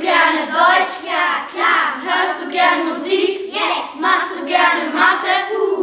gerne Deutsch? Ja, klar. Hörst du gerne Musik? Yes. Machst du gerne Mathe? Uh. Oh.